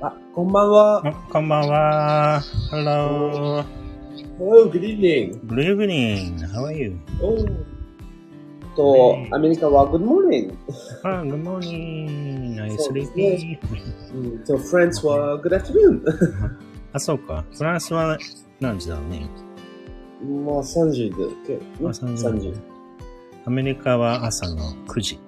あ、こんばんは。あこんばんは。Hello. Hello, good evening. Good evening. How are you? Oh. と、 Hey. アメリカは Good morning. Ah, good morning. Are you そうです sleepy? ねうん、と、France は Good afternoon. あ、そうか。フランスは何時だろうね。もう3時だっけあ3 3時。時3時。アメリカは朝の9時。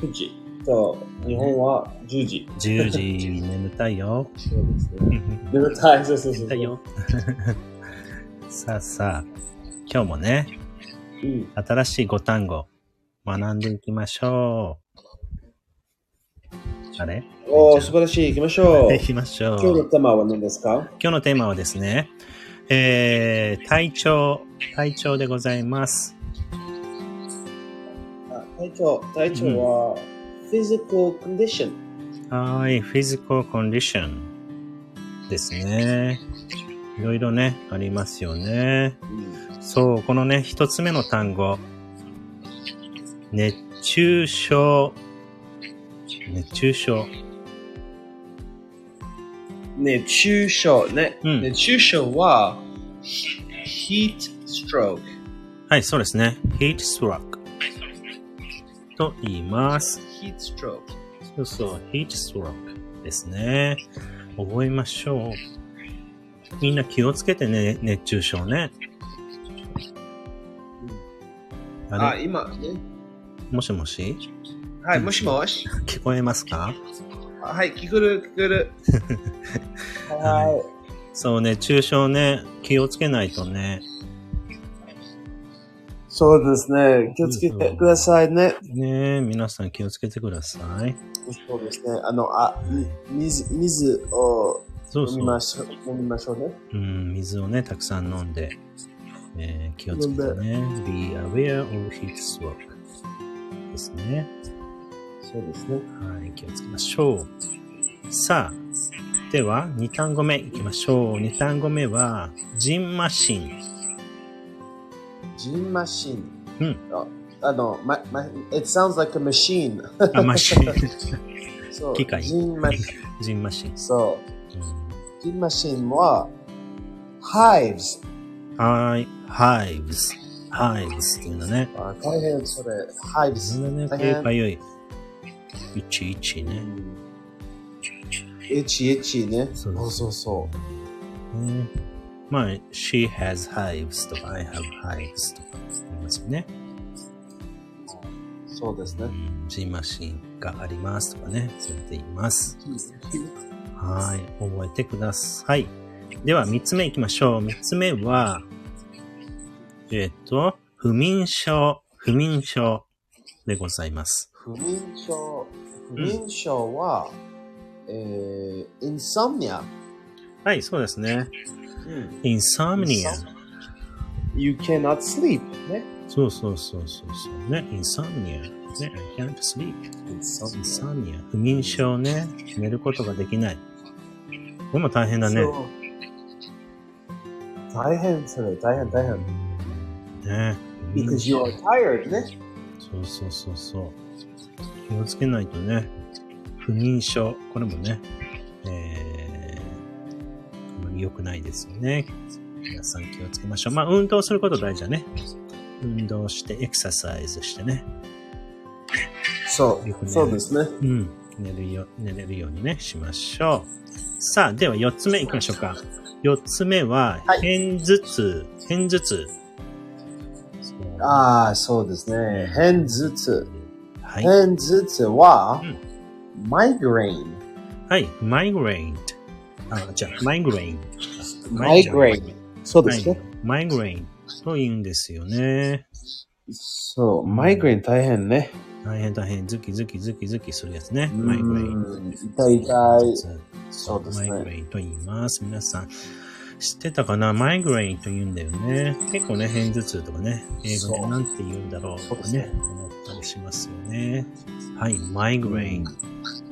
9時。と、日本は10時。 10時 眠たいよ。そうですね。眠たい。そうそうそう。眠たいよ。さあさあ、今日もね、うん。新しい語単語、学んでいきましょう。あれおー、素晴らしい。行きましょう。行きましょう。今日のテーマは何ですか今日のテーマはですね、えー、体調、体調でございます。あ体調。体調は、Physical Condition。はい、フィジカルコンディションですね。いろいろね、ありますよね。そう、このね、一つ目の単語。熱中症。熱中症。熱中症ね。うん熱中症は、Heat Stroke。はい、そうですね。heat stroke。と言います。 Heat Stroke。そうそう、heat stroke ですね。覚えましょう。みんな気をつけてね、熱中症ね。ああ、れ今ね。もしもしはい、もしもし。聞こえますかあはい、聞こえる、聞こえる。 ははそう、熱中症ね、気をつけないとね。い。そうですね。気をつけてくださいね。ねえ皆さん気をつけてください。そうですね。あの、あ、み水、水をそう飲みそまう。しょう。飲みましょうね。うん、水をね、たくさん飲んで、えー気をつけてね。be aware of heat stroke ですね。そうですね。はい、気をつけましょう。さあ、では、2単語目いきましょう。2単語目は、ジンマシン。ジンマシン。うんあ。あの、ま、ま、it sounds like a machine. あ、マシン。そう。機械ジンマシン。ジンマシン。そう。うんジンマシンは、hives。はい、ハイブス。ハイブスっていうのね。あ大変それ、そ hives。れね、大か変ゆいかゆい。いちいちね。エチエチね。そうそうそうそう。ねまあ、she has hives とか、I have hives とかありますよね。そうですうね。んジンマシンがありますとかね、そう言っています。はい、覚えてください。では、三つ目行きましょう。三つ目は、えっと、不眠症、不眠症でございます。不眠症。不眠症は、えー、インソムニア。はい、そうですね。インサムニア。 You cannot sleep. ね。そうそうそうそうそう。ね、インサムニア。ね、I can't sleep. インソインサムニア。不眠症ね。寝ることができない。でも大変だね。大変それ、大変大変。ね。不眠 Because you are tired ね。そうそうそうそう。気をつけないとね。不眠症。これもね、えー、あまり良くないですよね。皆さん気をつけましょう。まあ、運動すること大事だね。運動して、エクササイズしてね。そよくう、ねそうですね。うん。寝るよ、寝れるようにね、しましょう。さあ、では4つ目行きましょうか。4つ目はは、い偏頭痛、偏頭痛。そうああ、そうですね。偏頭痛。はい。偏頭痛は、う migraine。はい。マイグレイン。あ、じゃあ、マイグレイン。 migraine。そうはでいすね。マイグレインと言うんですよね。そう、migraine 大変ね。大変大変、ズキズキズキズキするやつね。うんマイグレイン。痛い痛い。そうですマイグね。レインと言います。皆さん、知ってたかなマイグレインと言うんだよね。結構ね、偏頭痛とかね、英語そでうなんて言うんだろうとかそうでね、思ったりしますよね。はい、マイグレイン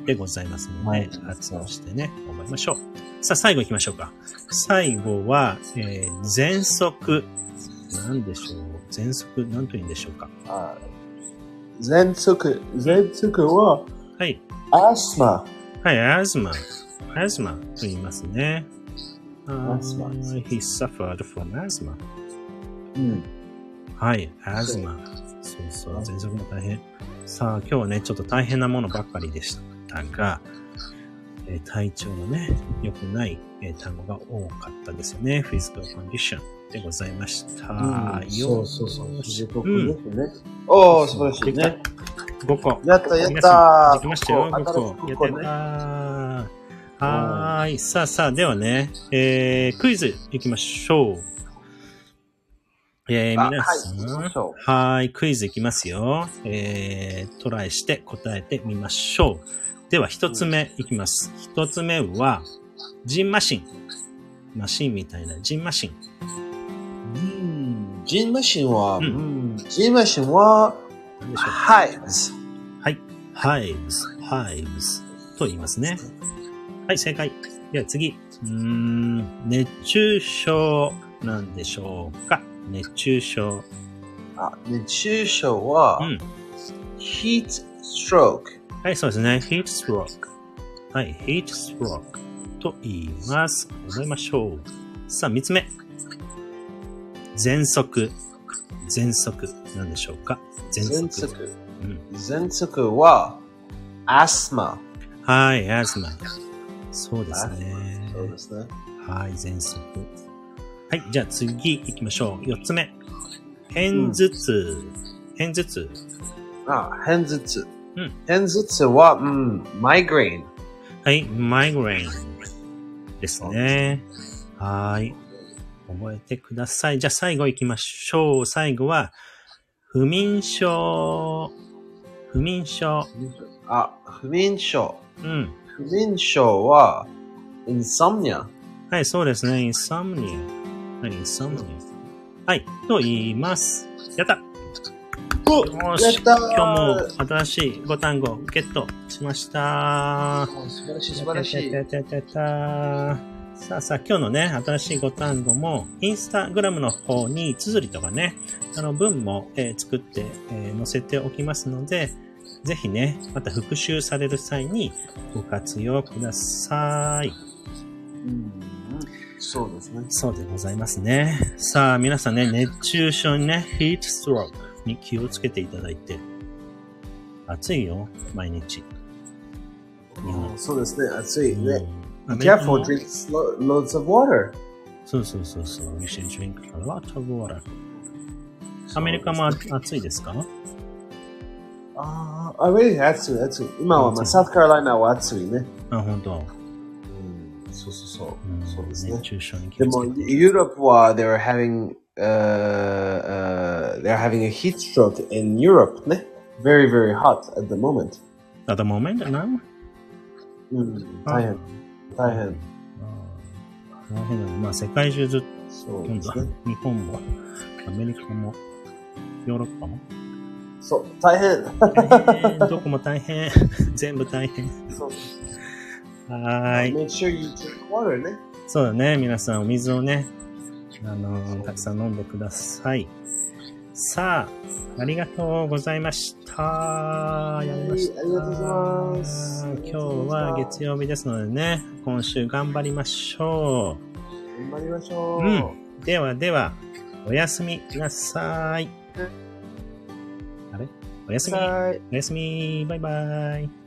でございますのはでい、発音してね、覚えましょう。さあ、最後行きましょうか。最後は、えー、喘息。なんでしょう喘息、なんと言うんでしょうかあー喘息、喘息は、はい。アスマ。はい、asthma。asthma と言いますね。あー Asthma He suffered from asthma. うん。はい、asthma。そうそう、喘息も大変。さあ、今日はね、ちょっと大変なものばかりでしたが、えー体調のね、良くない、えー単語が多かったですよね。physical condition でございました。うんそうそうそう。よーし自国ね。ねおー、素晴らしいね。 5個。やったやっ皆さんたできましたよ、こ5こ個。新しやいっこてこねたはーい。さあさあ、ではね、えー、クイズ行きましょう。えー、あ皆さん、はい行きましょはーい、クイズいきますよ。えー、トライして答えてみましょう。では、一つ目いきます。一つ目は、ジンマシン。マシンみたいな、ジンマシン。うんジンマシンは、ううんん、ジンマシンは、なんでしょう。ハイブス。ハイブス、ハイブスと言いますね。はい、正解。では次。うーん、熱中症なんでしょうか熱中症。あ熱中症はう、ん。ヒートストローク。はい、そうですね。heat stroke。はい、heat stroke と言います。覚えましょう。さあ、三つ目。喘息。喘息なんでしょうか喘喘息。息。うん喘息は、アスマ。はい、アズマ。そうですアねスマ。そうですね。はい、全速。はい、じゃあ次行きましょう。四つ目。偏頭痛。偏頭痛。あ、偏頭痛うん。偏頭痛は、うん、マイグレイン。はい、マイグレイン。ですね。はい。覚えてください。じゃあ最後行きましょう。最後は、不眠症。不眠症。あ、不眠症。うん。不眠症は、インサムニア。はい、そうですね。インサムニア。はい、インサムニア。はい、と言います。やったおよやし、ったー今日も新しい5単語ゲットしました。素晴らしい、素晴らしい。たたたたたさあさあ、今日のね、新しい5単語も、インスタグラムの方に綴りとかね、あの文も、えー作って、えー載せておきますので、ぜひね、また復習される際にご活用ください。うんそうですね。そうでございますね。さあ、皆さんね、熱中症にね、ヒートストロークに気をつけていただいて。暑いよ、毎日。うんそうですね、暑いね。うん Be careful, drink lo- loads of water. そうそうそうそう。We should drink a lot of water. アメリカも暑いですかああ、really? 暑い、暑い。今は、ま暑あ、いサウスカロライナは暑いね。あ、本当。うん、そうそうそうう。んそうですね熱。中症に気でをも、つけて。 Europe は、they're having, uh, uh, they're having a heat stroke in Europe ね。Very, very hot at the moment. At the moment now? うん、大変、大変。あー。大変だね。まあ、世界中ずっとそう今で度はすね。日本も、アメリカも、ヨーロッ パも。そう、大変。大変どこも大変。 全部大変。 そうはーい。 Make sure you drink water ね。そうだね。皆さん、お水をね、あのーたくさん飲んでください。さあ、ありがとうございました。やりました。はいありがとうございます今日は月曜日ですのでね、今週頑張りましょ頑張りましょう。うんう。ではでは、おやすみなさい。あれおやすみ。はい。おやすみ。バイバイ。